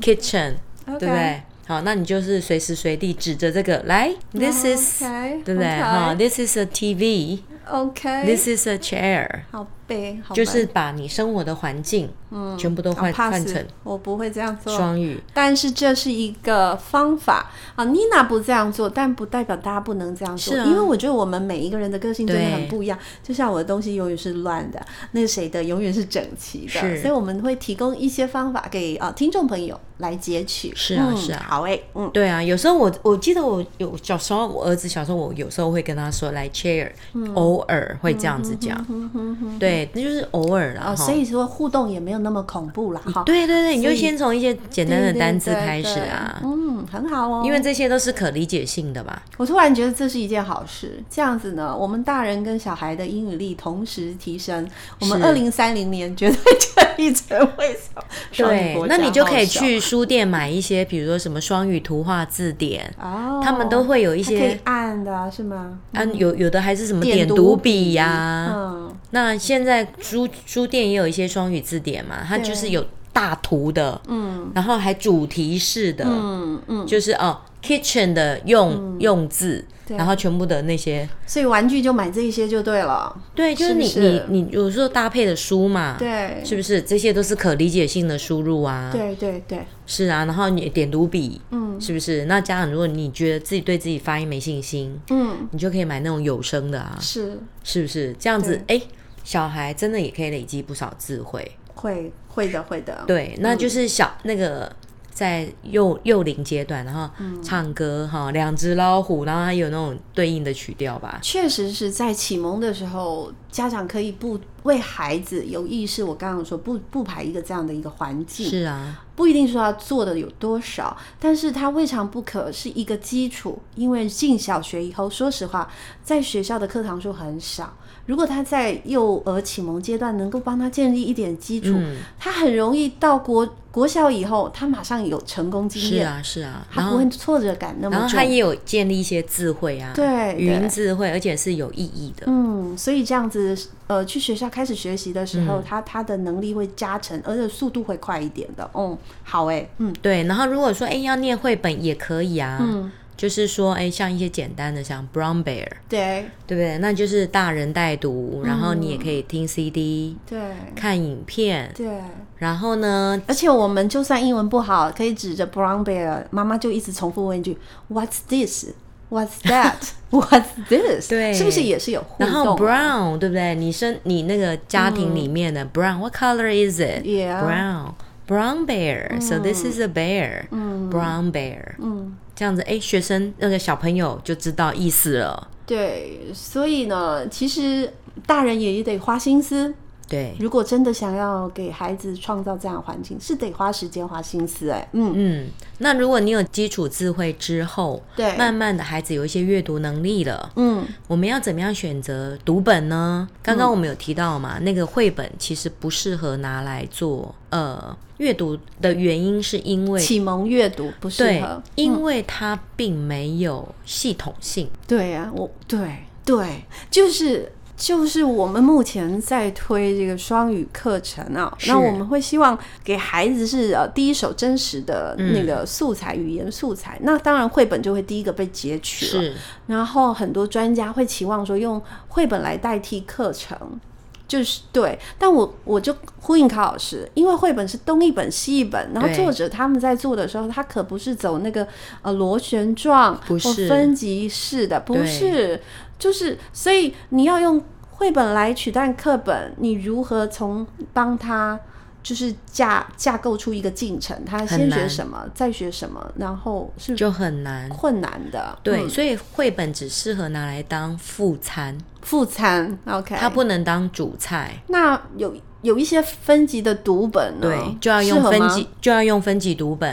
Speaker 2: kitchen，对
Speaker 1: 嗯 OK
Speaker 2: 不对？好，那你就是随时随地指着这个来，this
Speaker 1: Oh，
Speaker 2: is，
Speaker 1: OK，
Speaker 2: 对不对？
Speaker 1: OK
Speaker 2: 哈，this is a TV，this
Speaker 1: OK，
Speaker 2: is a chair，
Speaker 1: 好背，哎好
Speaker 2: 就是把你生活的环境，嗯，全部都换
Speaker 1: 背好
Speaker 2: 换
Speaker 1: pass，
Speaker 2: 成
Speaker 1: 我不会这样做。
Speaker 2: 双语。
Speaker 1: 但是这是一个方法啊。妮娜不这样做，但不代表大家不能这样做，
Speaker 2: 是啊
Speaker 1: 因为我觉得我们每一个人的个性真的
Speaker 2: 对
Speaker 1: 很不一样。就像我的东西永远是乱的，那谁的永远是整齐的，
Speaker 2: 是
Speaker 1: 所以我们会提供一些方法给啊听众朋友来截取。
Speaker 2: 是啊
Speaker 1: 嗯
Speaker 2: 是啊
Speaker 1: 好诶、嗯，
Speaker 2: 对啊，有时候我我记得我有小时候，我儿子小时候，我有时候会跟他说来 chair，、偶
Speaker 1: 嗯
Speaker 2: 尔会这样子讲，对，那就是偶尔啦。
Speaker 1: 啊，
Speaker 2: 哈
Speaker 1: 嗯所以说互动也没有那么恐怖啦，哈。
Speaker 2: 对对对，你
Speaker 1: 所
Speaker 2: 就
Speaker 1: 以
Speaker 2: 先从一些简单的单字
Speaker 1: 对对
Speaker 2: 开始啊，
Speaker 1: 对嗯，很好哦。
Speaker 2: 因为这些都是可理解性的吧。
Speaker 1: 我突然觉得这是一件好事，这样子呢，我们大人跟小孩的英语力同时提升，我们
Speaker 2: 是
Speaker 1: 二零三零年绝对可以成为什么双语
Speaker 2: 对
Speaker 1: 国，家
Speaker 2: 那你就可
Speaker 1: 好
Speaker 2: 以
Speaker 1: 小
Speaker 2: 去书店买一些，比如说什么双语图画字典，
Speaker 1: 哦，
Speaker 2: 他们都会有一
Speaker 1: 还可
Speaker 2: 些
Speaker 1: 以，按的啊是吗？
Speaker 2: 啊，有有的还是什么点
Speaker 1: 读
Speaker 2: 读笔呀、
Speaker 1: 嗯，
Speaker 2: 那现在书书店也有一些双语字典嘛，它就是有大图的，嗯，然后还主题式的，嗯嗯，就是哦，kitchen 的用、用字，然后全部的那些，
Speaker 1: 所以玩具就买这一些就对了，
Speaker 2: 对，就是
Speaker 1: 是不
Speaker 2: 你
Speaker 1: 是
Speaker 2: 你你有时候搭配的书嘛，，
Speaker 1: 对，
Speaker 2: 是不是这些都是可理解性的输入啊？，
Speaker 1: 对对对，
Speaker 2: 是啊，然后你点读笔，嗯，是不是？那家长如果你觉得自己对自己发音没信心，
Speaker 1: 嗯，
Speaker 2: 你就可以买那种有声的啊，
Speaker 1: 是
Speaker 2: 是不是？这样子，哎、小孩真的也可以累积不少智慧。
Speaker 1: 会会的会的，
Speaker 2: 对，那就是小、那个在幼幼龄阶段，然后
Speaker 1: 嗯
Speaker 2: 唱歌哈，两只老虎，然后还有那种对应的曲调吧。
Speaker 1: 确实是在启蒙的时候，家长可以不为孩子有意识，我刚刚说不不排一个这样的一个环境，
Speaker 2: 是啊，
Speaker 1: 不一定说要做的有多少，但是它未尝不可是一个基础。因为进小学以后，说实话，在学校的课堂数很少。如果他在幼儿启蒙阶段能够帮他建立一点基础，
Speaker 2: 嗯
Speaker 1: 他很容易到国国小以后，他马上有成功经
Speaker 2: 是
Speaker 1: 验，
Speaker 2: 啊，是啊。然
Speaker 1: 他不
Speaker 2: 后
Speaker 1: 会挫折感那
Speaker 2: 然
Speaker 1: 么
Speaker 2: 后他
Speaker 1: 重。
Speaker 2: 也有建立一些智慧啊，
Speaker 1: 对
Speaker 2: 语
Speaker 1: 对
Speaker 2: 音智慧，而且是有意义的。
Speaker 1: 嗯，嗯，所以这样子，呃，去学校开始学习的时
Speaker 2: 嗯
Speaker 1: 候，他他的能力会加成，而且速度会快一点的。嗯，好哎、嗯
Speaker 2: 对，然后如果说哎要念绘本也可以啊，就是说哎像一些简单的像 Brown Bear，
Speaker 1: 对
Speaker 2: 对不对？那就是大人带读，然后
Speaker 1: 嗯
Speaker 2: 你也可以听 CD、
Speaker 1: 对
Speaker 2: 看影片，
Speaker 1: 对。
Speaker 2: 然后呢，
Speaker 1: 而且我们就算英文不好，可以指着 brown bear，妈妈就一直重复问一句 “What's this? What's that? What's this？”
Speaker 2: 对
Speaker 1: 是不是也是有互
Speaker 2: 然后
Speaker 1: 动啊？
Speaker 2: brown 对不对？你生你那个家庭里面的 brown，what color is it？
Speaker 1: 嗯 Yeah
Speaker 2: brown brown bear. So this is a bear. brown bear.
Speaker 1: 嗯，
Speaker 2: 这样子，哎，学生那个小朋友就知道意思了。
Speaker 1: 对，所以呢，其实大人也也得花心思。
Speaker 2: 对，
Speaker 1: 如果真的想要给孩子创造这样的环境，是得花时间、花心思、哎，嗯，
Speaker 2: 嗯，那如果你有基础智慧之后，
Speaker 1: 对
Speaker 2: 慢慢的孩子有一些阅读能力了，
Speaker 1: 嗯，
Speaker 2: 我们要怎么样选择读本呢？刚刚我们有提到嘛，
Speaker 1: 嗯
Speaker 2: 那个绘本其实不适合拿来做呃阅读的原因，是因为
Speaker 1: 启蒙阅读不适
Speaker 2: 对
Speaker 1: 合。，
Speaker 2: 因为它并没有系统性。
Speaker 1: 对呀、我对对，就是就是我们目前在推这个双语课程啊，那
Speaker 2: 是
Speaker 1: 我们会希望给孩子是呃第一手真实的那
Speaker 2: 嗯
Speaker 1: 个素材、语言素材，那当然绘本就会第一个被截取了，
Speaker 2: 是
Speaker 1: 然后很多专家会期望说用绘本来代替课程。就是对，但我我就呼应卡老师，因为绘本是东一本西一本，然后
Speaker 2: 对
Speaker 1: 作者他们在做的时候，他可不是走那个呃螺旋状
Speaker 2: 不
Speaker 1: 或
Speaker 2: 是
Speaker 1: 分级式的，不
Speaker 2: 对
Speaker 1: 是，就是所以你要用绘本来取代课本，你如何从帮他就是架架构出一个进程，他先学
Speaker 2: 难
Speaker 1: 什么，再学什么，然后是
Speaker 2: 就很难。
Speaker 1: 困难的，
Speaker 2: 对，
Speaker 1: 嗯
Speaker 2: 所以绘本只适合拿来当副餐，
Speaker 1: 副餐，OK，
Speaker 2: 它不能当主菜。
Speaker 1: 那有有一些分级的读本呢，
Speaker 2: 对，就要
Speaker 1: 嗯哦适
Speaker 2: 用
Speaker 1: 合
Speaker 2: 分
Speaker 1: 吗嗯
Speaker 2: 级，就要用分级读本。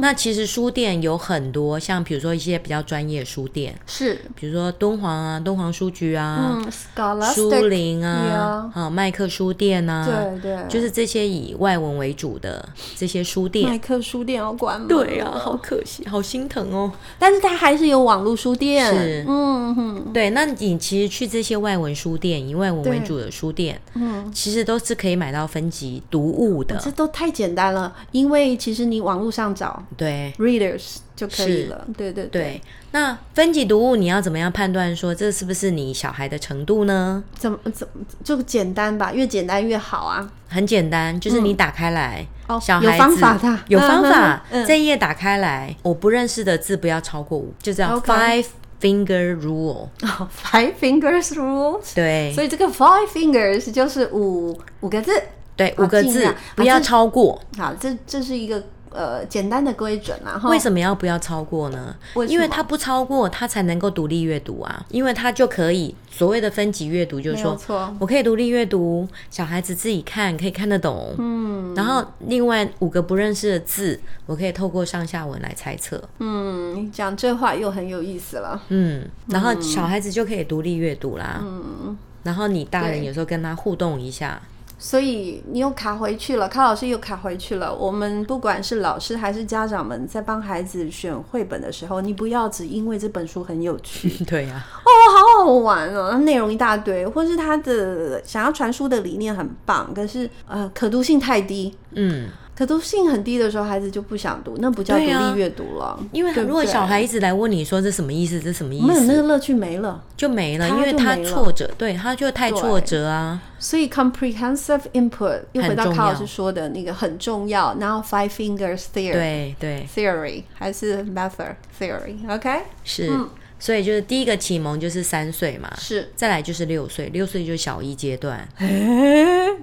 Speaker 2: 那其实书店有很多，像比如说一些比较专业书店，
Speaker 1: 是，
Speaker 2: 比如说敦煌啊、敦煌书局啊、
Speaker 1: 嗯，scholastic，
Speaker 2: 书林啊、啊麦克书店啊，
Speaker 1: 对对，
Speaker 2: 就是这些以外文为主的这些书店。
Speaker 1: 麦克书店要关门，
Speaker 2: 对啊，好可惜，好心疼哦。
Speaker 1: 但是它还是有网络书店，
Speaker 2: 是
Speaker 1: 嗯哼，
Speaker 2: 对，那你其实去这些外文书店，以外文为
Speaker 1: 对
Speaker 2: 主的书店，嗯，其实都是可以买到分级读物的
Speaker 1: 这。都太简单了，因为其实你网络上找
Speaker 2: 对
Speaker 1: readers 就可以
Speaker 2: 是
Speaker 1: 了，对对对，
Speaker 2: 对，那分级读物你要怎么样判断说这是不是你小孩的程度呢？
Speaker 1: 怎么怎么就简单吧，越简单越好啊，
Speaker 2: 很简单，就是你打开来，
Speaker 1: 嗯哦
Speaker 2: 小
Speaker 1: 有
Speaker 2: 孩子
Speaker 1: 方法的
Speaker 2: 有方法，
Speaker 1: 嗯嗯嗯
Speaker 2: 这一页打开来，我不认识的字不要超过五，就这样
Speaker 1: OK
Speaker 2: five finger rule。
Speaker 1: 哦，five fingers rule，
Speaker 2: 对
Speaker 1: 所以这个 five fingers 就是五五个字。
Speaker 2: 对，
Speaker 1: 好
Speaker 2: 五个
Speaker 1: 尽
Speaker 2: 字
Speaker 1: 量
Speaker 2: 不
Speaker 1: 啊
Speaker 2: 要
Speaker 1: 这
Speaker 2: 超过。
Speaker 1: 好，这这是一个呃简单的规准啦。哈。
Speaker 2: 为什么要不要超过呢？
Speaker 1: 哦为什
Speaker 2: 因为
Speaker 1: 么
Speaker 2: 它不超过，它才能够独立阅读啊。因为它就可以所谓的分级阅读，就是
Speaker 1: 没有
Speaker 2: 说
Speaker 1: 错，
Speaker 2: 我可以独立阅读，小孩子自己看可以看得懂，嗯。然后另外五个不认识的字，我可以透过上下文来猜测，
Speaker 1: 嗯，你讲这话又很有意思了。
Speaker 2: 嗯。然后小孩子就可以独立阅读啦，嗯。然后你大人
Speaker 1: 对
Speaker 2: 有时候跟他互动 一下，
Speaker 1: 所以你又卡回去了，康老师又卡回去了。我们不管是老师还是家长们，在帮孩子选绘本的时候，你不要只因为这本书很有 趣
Speaker 2: 对呀、
Speaker 1: 哦，好好玩哦，内容一大堆，或是他的想要传输的理念很棒，可是呃可读性太低。
Speaker 2: 嗯。
Speaker 1: 可读性很低的时候，孩子就不想读，那不叫独
Speaker 2: 对啊
Speaker 1: 立阅读了。
Speaker 2: 因为
Speaker 1: 对不
Speaker 2: 如果
Speaker 1: 对
Speaker 2: 小孩一直来问你说这什么意思，这什么意
Speaker 1: 没有那个
Speaker 2: 思，
Speaker 1: 乐趣没了。
Speaker 2: 就没了，
Speaker 1: 他
Speaker 2: 因为
Speaker 1: 就
Speaker 2: 他
Speaker 1: 没了
Speaker 2: 挫折，对，他就太
Speaker 1: 对
Speaker 2: 挫折啊。
Speaker 1: 所以 comprehensive input 又回到
Speaker 2: 很重
Speaker 1: 卡
Speaker 2: 要
Speaker 1: 老师说的那个很重要，然后 five fingers theory
Speaker 2: 对对
Speaker 1: theory 还是 method theory，OK？、
Speaker 2: 是，
Speaker 1: 嗯
Speaker 2: 所以就是第一个启蒙就是三岁嘛，
Speaker 1: 是，
Speaker 2: 再来就是六岁，六岁就是小一阶段，
Speaker 1: 哎，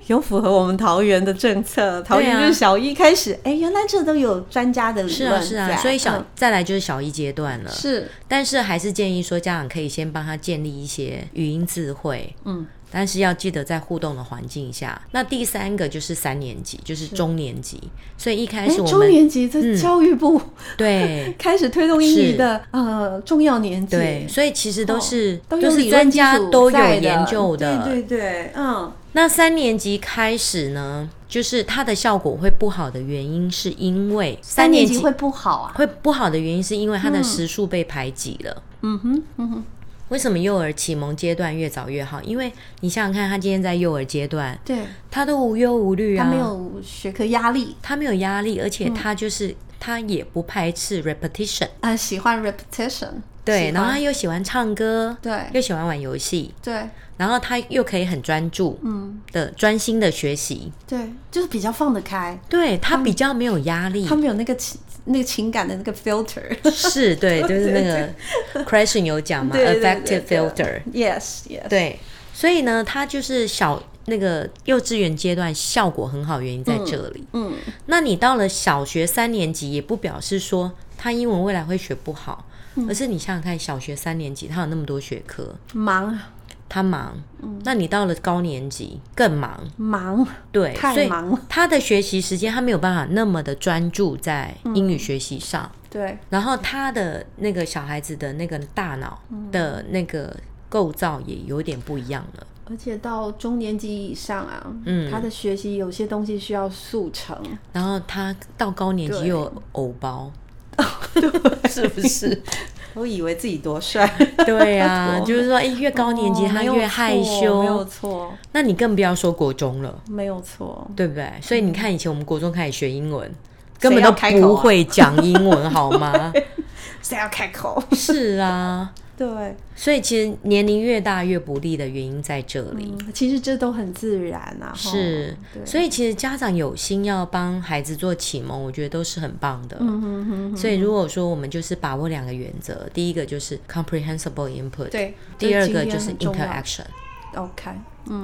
Speaker 1: 有符合我们桃园的政策，桃园就是小一开始，哎、原来这都有专家的理
Speaker 2: 啊是
Speaker 1: 论
Speaker 2: 啊是啊
Speaker 1: 在，
Speaker 2: 所以小、
Speaker 1: 嗯
Speaker 2: 再来就是小一阶段了。
Speaker 1: 是
Speaker 2: 但是还是建议说家长可以先帮他建立一些语音智慧，嗯，但是要记得在互动的环境下。那第三个就是三年级，就是中年级，所以一开
Speaker 1: 哎，
Speaker 2: 始我
Speaker 1: 中
Speaker 2: 们、嗯
Speaker 1: 年级这教育部、
Speaker 2: 对
Speaker 1: 开始推动英语的呃重要年 纪，
Speaker 2: 对，所以其实都是、
Speaker 1: 哦都有
Speaker 2: 就
Speaker 1: 理
Speaker 2: 是
Speaker 1: 论
Speaker 2: 专家
Speaker 1: 基础
Speaker 2: 都有
Speaker 1: 在的
Speaker 2: 研究
Speaker 1: 对对对，嗯，
Speaker 2: 那三年级开始呢，就是它的效果会不好的原因，是因为
Speaker 1: 三
Speaker 2: 三
Speaker 1: 年
Speaker 2: 年
Speaker 1: 级
Speaker 2: 级
Speaker 1: 会不好啊，
Speaker 2: 会不好的原因，是因为它的时数被排挤了。嗯哼，嗯哼。为什么幼儿启蒙阶段越早越好？因为你想想看，他今天在幼儿阶段，
Speaker 1: 对，
Speaker 2: 他都无忧无虑啊，
Speaker 1: 他没有嗯学科压力
Speaker 2: 他没有压力，而且他就是、他也不排斥 repetition，
Speaker 1: 啊、喜欢 repetition，
Speaker 2: 对，
Speaker 1: 喜欢
Speaker 2: 然后他又喜欢唱歌，
Speaker 1: 对
Speaker 2: 又喜欢玩游戏，
Speaker 1: 对，
Speaker 2: 然后他又可以很专注
Speaker 1: 嗯，
Speaker 2: 的、专心的学习，
Speaker 1: 对，就是比较放得开，
Speaker 2: 对他比较没有压力
Speaker 1: 他，没有那个情那个情感的那个 filter。
Speaker 2: 是对，就是那个 Christian 有讲嘛
Speaker 1: 对对对
Speaker 2: ，affective
Speaker 1: 对
Speaker 2: filter，
Speaker 1: Yes, yes。
Speaker 2: 对，所以呢，他就是小那个幼稚园阶段效果很好，原因在这里。
Speaker 1: 嗯，
Speaker 2: 那你到了小学三年级，也不表示说他英文未来会学不好，
Speaker 1: 嗯
Speaker 2: 而是你想想看，小学三年级他有那么多学科，
Speaker 1: 忙
Speaker 2: 他忙。
Speaker 1: 嗯
Speaker 2: 那你到了高年级更忙，
Speaker 1: 忙，
Speaker 2: 对，
Speaker 1: 太
Speaker 2: 所以
Speaker 1: 忙了
Speaker 2: 他的学习时间他没有办法那么的专注在
Speaker 1: 嗯
Speaker 2: 英语学习上，
Speaker 1: 对，
Speaker 2: 然后他的那个小孩子的那个大脑
Speaker 1: 嗯
Speaker 2: 的那个构造也有点不一样了。
Speaker 1: 而且到中年级以上啊，
Speaker 2: 嗯
Speaker 1: 他的学习有些东西需要速成，
Speaker 2: 然后他到高年级
Speaker 1: 对
Speaker 2: 又有偶包， 是不 是？
Speaker 1: 我以为自己多帅，
Speaker 2: 对啊，就是说，哎，越高年级他越害
Speaker 1: 哦没有
Speaker 2: 羞，
Speaker 1: 错，
Speaker 2: 那你更不要说国中了，
Speaker 1: 没有错，
Speaker 2: 对不对？所以你看，以前我们国中开始学英文，根本都
Speaker 1: 要开口啊
Speaker 2: 不会讲英文，好吗？
Speaker 1: 谁要开口？
Speaker 2: 是啊，
Speaker 1: 对，
Speaker 2: 所以其实年龄越大越不利的原因在这里。
Speaker 1: 嗯，其实这都很自然啊，吼
Speaker 2: 是，
Speaker 1: 对，
Speaker 2: 所以其实家长有心要帮孩子做启蒙，我觉得都是很棒的。
Speaker 1: 嗯哼哼哼，
Speaker 2: 所以如果说我们就是把握两个原则，第一个就是 comprehensible input，
Speaker 1: 对，
Speaker 2: 第二
Speaker 1: 这
Speaker 2: 个
Speaker 1: 经验
Speaker 2: 就是
Speaker 1: 很重要嗯
Speaker 2: interaction。
Speaker 1: OK，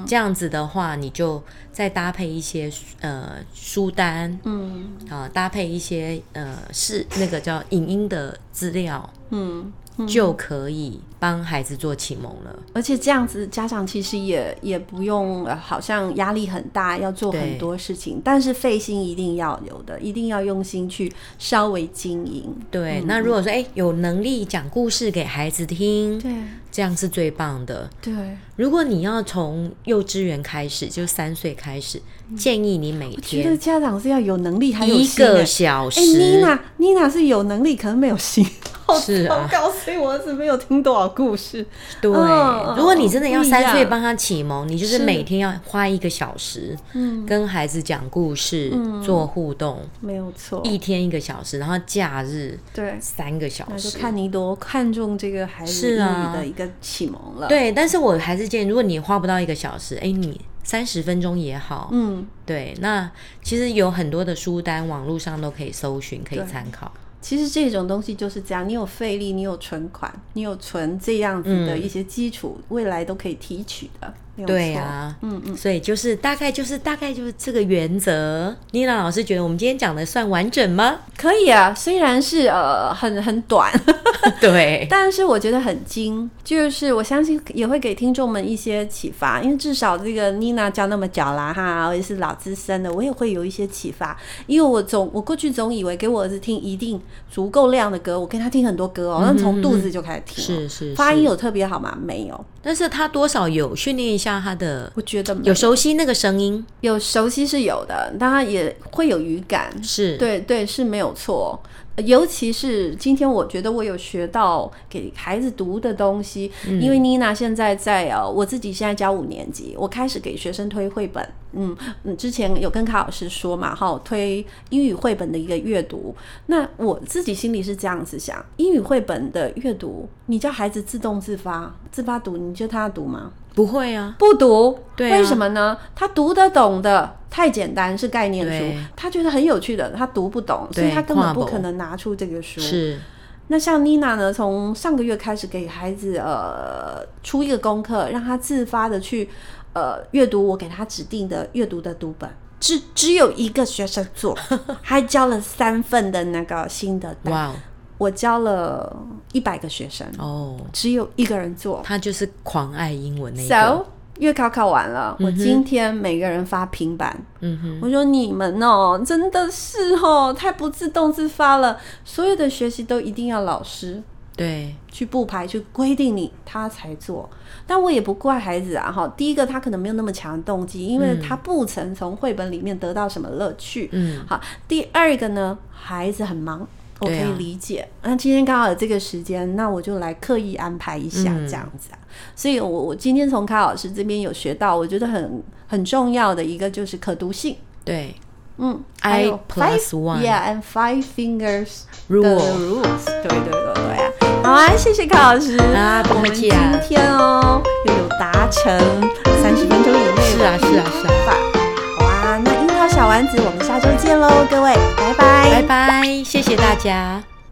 Speaker 2: 这样子的话，你就再搭配一些呃书单
Speaker 1: 嗯
Speaker 2: 啊、搭配一些呃是那个叫影音的资料，
Speaker 1: 嗯。
Speaker 2: 就可以帮孩子做启蒙了。
Speaker 1: 而且这样子，家长其实也也不用、呃好像压力很大，要做
Speaker 2: 对
Speaker 1: 很多事情，但是费心一定要有的，一定要用心去稍微经营。
Speaker 2: 对，那如果说哎、有能力讲故事给孩子听，
Speaker 1: 对
Speaker 2: 这样是最棒的。
Speaker 1: 对，
Speaker 2: 如果你要从幼稚园开始，就三岁开始，建议你每
Speaker 1: 嗯我觉得
Speaker 2: 天
Speaker 1: 家长是要有能力还有
Speaker 2: 一
Speaker 1: 心欸、
Speaker 2: 个小
Speaker 1: 哎、
Speaker 2: 时。
Speaker 1: 妮娜，妮娜是有能力，可能没有心。好
Speaker 2: 是啊
Speaker 1: 糟糕，所以我儿子没有听多少故事。
Speaker 2: 对，
Speaker 1: 嗯嗯
Speaker 2: 如果你真的要
Speaker 1: 不一
Speaker 2: 三岁
Speaker 1: 样
Speaker 2: 帮他启蒙，你就是
Speaker 1: 是
Speaker 2: 每天要花一个小时，
Speaker 1: 嗯，
Speaker 2: 跟孩子讲故事、做互动，
Speaker 1: 没有错，
Speaker 2: 一天一个小时，然后假日
Speaker 1: 对，
Speaker 2: 三个小
Speaker 1: 那就
Speaker 2: 时。
Speaker 1: 看你多看重这个孩子
Speaker 2: 是
Speaker 1: 英
Speaker 2: 啊
Speaker 1: 语的一个启蒙了。，
Speaker 2: 对，但是我还是建议，如果你花不到一个小时，哎，你三十分钟也好，
Speaker 1: 嗯，
Speaker 2: 对，那其实有很多的书单，网络上都可以搜寻，可以
Speaker 1: 对
Speaker 2: 参考。
Speaker 1: 其实这种东西就是这样，你有费力，你有存款，你有存这样子的一些基础，未来都可以提取的。没有
Speaker 2: 嗯对
Speaker 1: 错
Speaker 2: 啊，
Speaker 1: 嗯嗯，
Speaker 2: 所以就是大概就是大概就是这个原则。妮娜老师觉得我们今天讲的算完整吗？
Speaker 1: 可以啊。虽然是呃很很短，
Speaker 2: 对，
Speaker 1: 但是我觉得很精，就是我相信也会给听众们一些启发，因为至少这个妮娜教那么久啦哈，我也是老资深的，我也会有一些启发，因为我总我过去总以为给我儿子听一定足够量的歌，我给他听很多歌哦，那
Speaker 2: 嗯
Speaker 1: 从肚子就开始听哦、
Speaker 2: 是是
Speaker 1: 发音
Speaker 2: 是
Speaker 1: 有特别好吗？没有，
Speaker 2: 但是他多少有训练一下他的，
Speaker 1: 我觉得没
Speaker 2: 有熟悉那个声音，
Speaker 1: 有熟悉是有的，当然也会有语感，
Speaker 2: 是
Speaker 1: 对对是没有错。呃尤其是今天，我觉得我有学到给孩子读的东西，因为妮娜现在在呃，我自己现在教五年级，我开始给学生推绘本，嗯嗯，之前有跟卡老师说嘛，哈，推英语绘本的一个阅读。那我自己心里是这样子想，英语绘本的阅读，你叫孩子自动自发自发读，你觉得他读吗？
Speaker 2: 不会啊，
Speaker 1: 不读，
Speaker 2: 对啊
Speaker 1: 为什么呢？他读得懂的太简单，是概念
Speaker 2: 对
Speaker 1: 书，他觉得很有趣的，他读不懂，所
Speaker 2: 对
Speaker 1: 以他根本不
Speaker 2: 跨博
Speaker 1: 可能拿出这个书。
Speaker 2: 是
Speaker 1: 那像妮娜呢，从上个月开始给孩子呃出一个功课，让他自发的去呃阅读我给他指定的阅读的读本。只只有一个学生 做，还交了三份的那个新的单，
Speaker 2: 哇
Speaker 1: 我教了一百个学生，
Speaker 2: 哦，哦
Speaker 1: 只有一个人做。
Speaker 2: 他就是狂爱英文那一个
Speaker 1: So 月考考完了，我今天每个人发平板，
Speaker 2: 嗯哼，
Speaker 1: 我说你们哦，真的是哦，太不自动自发了。所有的学习都一定要老师
Speaker 2: 对，
Speaker 1: 去布排，去规定你他才做。但我也不怪孩子啊，哈，第一个他可能没有那么强的动机，因
Speaker 2: 嗯
Speaker 1: 为他不曾从绘本里面得到什么乐趣。
Speaker 2: 嗯，
Speaker 1: 好，第二个呢，孩子很忙，我可
Speaker 2: 对
Speaker 1: 以
Speaker 2: 啊
Speaker 1: 理解。那、今天刚好有这个时间，那我就来刻意安排一下
Speaker 2: 嗯
Speaker 1: 这样子啊。所以我我今天从卡老师这边有学到，我觉得很很重要的一个就是可读性。
Speaker 2: 对
Speaker 1: 嗯
Speaker 2: I plus one
Speaker 1: one，yeah，and five fingers
Speaker 2: Rule
Speaker 1: the rules，对对对对啊，好啊，谢谢高老师
Speaker 2: 啊不
Speaker 1: 我们
Speaker 2: 客气
Speaker 1: 今
Speaker 2: 啊
Speaker 1: 天哦又有达成三十分钟以内
Speaker 2: 是啊是啊是啊，
Speaker 1: 吧，好啊，那樱桃小丸子，我们下周见喽，各位，拜拜，
Speaker 2: 拜拜，谢谢大家。